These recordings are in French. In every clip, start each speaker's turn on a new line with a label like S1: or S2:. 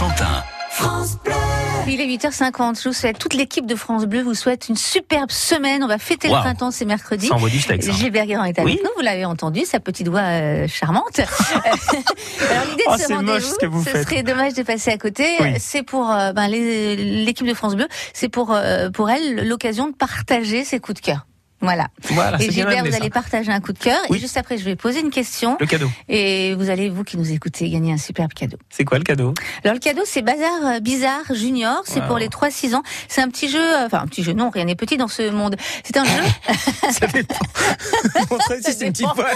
S1: matin.
S2: France Bleu.
S3: Il est 8h50. Je vous souhaite, toute l'équipe de France Bleu vous souhaite une superbe semaine. On va fêter le
S4: Waouh.
S3: printemps, c'est mercredi.
S4: Sans voix du steak, ça.
S3: Gilles Bergeron est avec
S4: Oui.
S3: nous, vous l'avez entendu, sa petite voix euh, charmante. Alors l'idée
S4: Oh,
S3: de ce
S4: c'est moche
S3: rendez-vous,
S4: ce que vous faites.
S3: serait dommage de passer à côté.
S4: Oui.
S3: C'est pour euh, ben, les- l'équipe de France Bleu, c'est pour euh, pour elle l'occasion de partager ses coups de cœur. Voilà.
S4: Voilà,
S3: et
S4: Ah, c'est bien
S3: Gilbert,
S4: amené,
S3: vous
S4: ça.
S3: allez partager un coup de cœur
S4: Oui.
S3: et juste après, je vais poser une question
S4: Le cadeau.
S3: et vous allez, vous qui nous écoutez, gagner un superbe cadeau.
S4: C'est quoi le cadeau
S3: Alors le cadeau c'est Bazar euh, Bizarre Junior, c'est
S4: Wow.
S3: pour les 3-6 ans. C'est un petit jeu, euh, enfin un petit jeu, non, rien n'est petit dans ce monde. C'est un jeu,
S4: Ça dépend. Mon frère, si, c'est une petite boîte.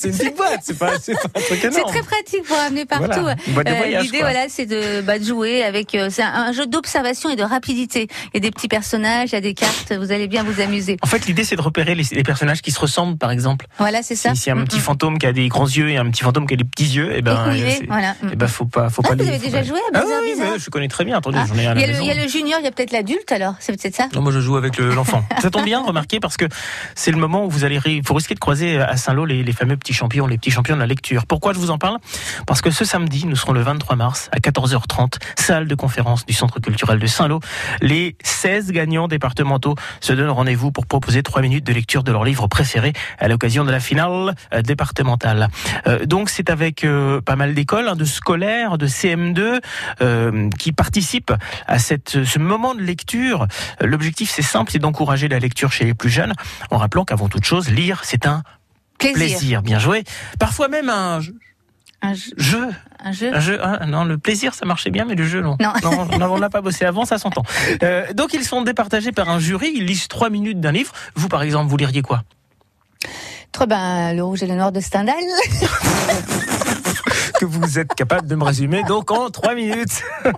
S4: c'est une petite boîte, c'est pas, c'est pas un truc
S3: c'est
S4: énorme.
S3: très pratique pour amener partout.
S4: Voilà, une boîte de
S3: Euh,
S4: voyage,
S3: L'idée
S4: quoi.
S3: voilà, c'est de, bah, de jouer avec euh, c'est un, un jeu d'observation et de rapidité. Il y a des petits personnages, il y a des cartes, vous allez bien vous amuser.
S4: En fait, l'idée, c'est de repérer les, les personnages qui se ressemblent, par exemple.
S3: Voilà, c'est ça.
S4: Si, si y a un
S3: Mm,
S4: petit
S3: mm.
S4: fantôme qui a des grands yeux et un petit fantôme qui a des petits yeux, et
S3: Et
S4: ben,
S3: où il
S4: euh,
S3: est,
S4: c'est-
S3: voilà.
S4: eh ben, faut pas, faut
S3: Ah,
S4: pas
S3: vous
S4: les-
S3: avez
S4: faut
S3: déjà
S4: pas-
S3: joué à
S4: Ah
S3: Bizarre
S4: oui,
S3: Bizarre
S4: mais je connais très bien. Attendez,
S3: Ah,
S4: j'en ai à
S3: Il y,
S4: la
S3: a le, il y a
S4: maison.
S3: le junior, il y a peut-être l'adulte alors, c'est peut-être ça.
S4: Non, moi je joue avec le- l'enfant. ça tombe bien, remarquez, parce que c'est le moment où vous allez, ri- vous risquez de croiser euh, à Saint-Lô les, les fameux petits champions, les petits champions de la lecture. Pourquoi je vous en parle Parce que ce samedi, nous serons le 23 mars à 14h30, salle de conférence du Centre culturel de Saint-Lô. Les 16 gagnants départementaux se donnent rendez-vous pour proposer 3 minutes de lecture de leur livre préféré à l'occasion de la finale euh, départementale. Euh, donc c'est avec euh, pas mal d'écoles, hein, de scolaires, de CM2 euh, qui participent à cette, ce moment de lecture L'objectif, c'est simple, c'est d'encourager la lecture chez les plus jeunes, en rappelant qu'avant toute chose, lire, c'est un
S3: Plaisir.
S4: plaisir. Bien joué. Parfois même un
S3: Un, jeu-
S4: jeu.
S3: un jeu.
S4: Un jeu hein, non, le plaisir, ça marchait bien, mais le jeu, non.
S3: Non.
S4: on- on n'a pas bossé avant, ça s'entend. Euh, donc, ils sont départagés par un jury, ils lisent trois minutes d'un livre. Vous, par exemple, vous liriez quoi
S3: Trop ben, le rouge et le noir de Stendhal.
S4: Que vous êtes capable de me résumer, donc en trois minutes.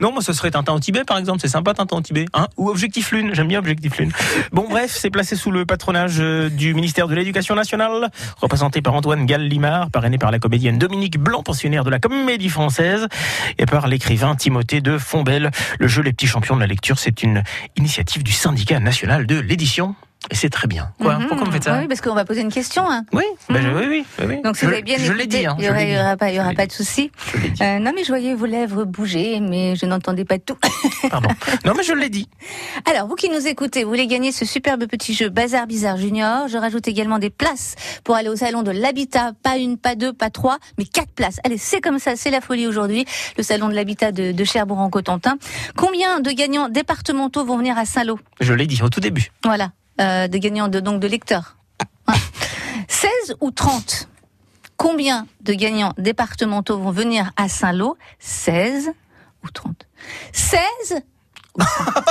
S4: non, moi, ce serait Tintin au Tibet, par exemple. C'est sympa, Tintin au Tibet. Hein Ou Objectif Lune. J'aime bien Objectif Lune. Bon, bref, c'est placé sous le patronage euh, du ministère de l'Éducation nationale, représenté par Antoine Gallimard, parrainé par la comédienne Dominique Blanc, pensionnaire de la Comédie Française, et par l'écrivain Timothée de Fombelle. Le jeu Les Petits Champions de la Lecture, c'est une initiative du syndicat national de l'édition. Et c'est très bien. Quoi
S3: Mhm.
S4: Pourquoi vous faites ça
S3: Oui, parce qu'on va poser une question. hein.
S4: Oui, ben, je-
S3: Mhm.
S4: oui, oui, oui, oui.
S3: Donc si
S4: je,
S3: vous avez bien
S4: je l'ai
S3: écouté,
S4: dit. hein,
S3: il y
S4: je
S3: aura,
S4: l'ai
S3: il y
S4: dit.
S3: aura pas, il y
S4: Je
S3: aura
S4: l'ai
S3: pas
S4: dit.
S3: de souci.
S4: Je l'ai dit.
S3: Euh, non mais je voyais vos lèvres bouger, mais je n'entendais pas tout.
S4: Pardon. Non, mais je l'ai dit.
S3: Alors vous qui nous écoutez, vous voulez gagner ce superbe petit jeu Bazar Bizarre Junior. Je rajoute également des places pour aller au salon de l'habitat. Pas une, pas deux, pas trois, mais quatre places. Allez, c'est comme ça, c'est la folie aujourd'hui. Le salon de l'habitat de, de Cherbourg en Cotentin. Combien de gagnants départementaux vont venir à Saint-Lô
S4: Je l'ai dit au tout début.
S3: Voilà, euh, de gagnants de, donc de lecteurs. Hein. 16 ou 30 Combien de gagnants départementaux vont venir à Saint-Lô 16 ou 30 16 ou 30.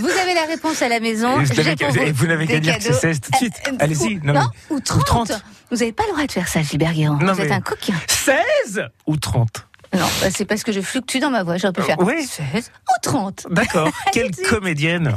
S3: Vous avez la réponse à la maison.
S4: Et vous
S3: J'ai
S4: n'avez
S3: pour
S4: qu'à- et vous n'avez
S3: des
S4: qu'à dire que c'est
S3: cadeaux.
S4: 16 tout de suite.
S3: Euh,
S4: Allez-y.
S3: Ou,
S4: Non,
S3: non,
S4: mais-
S3: ou 30.
S4: 30.
S3: Vous n'avez pas le droit de faire ça, Gilbert Guérin.
S4: Non,
S3: Vous êtes
S4: mais-
S3: un coquin.
S4: 16 ou 30
S3: Non, bah, c'est parce que je fluctue dans ma voix. J'aurais pu
S4: Euh,
S3: faire
S4: oui.
S3: 16 ou 30.
S4: D'accord. Quelle
S3: Allez-y.
S4: comédienne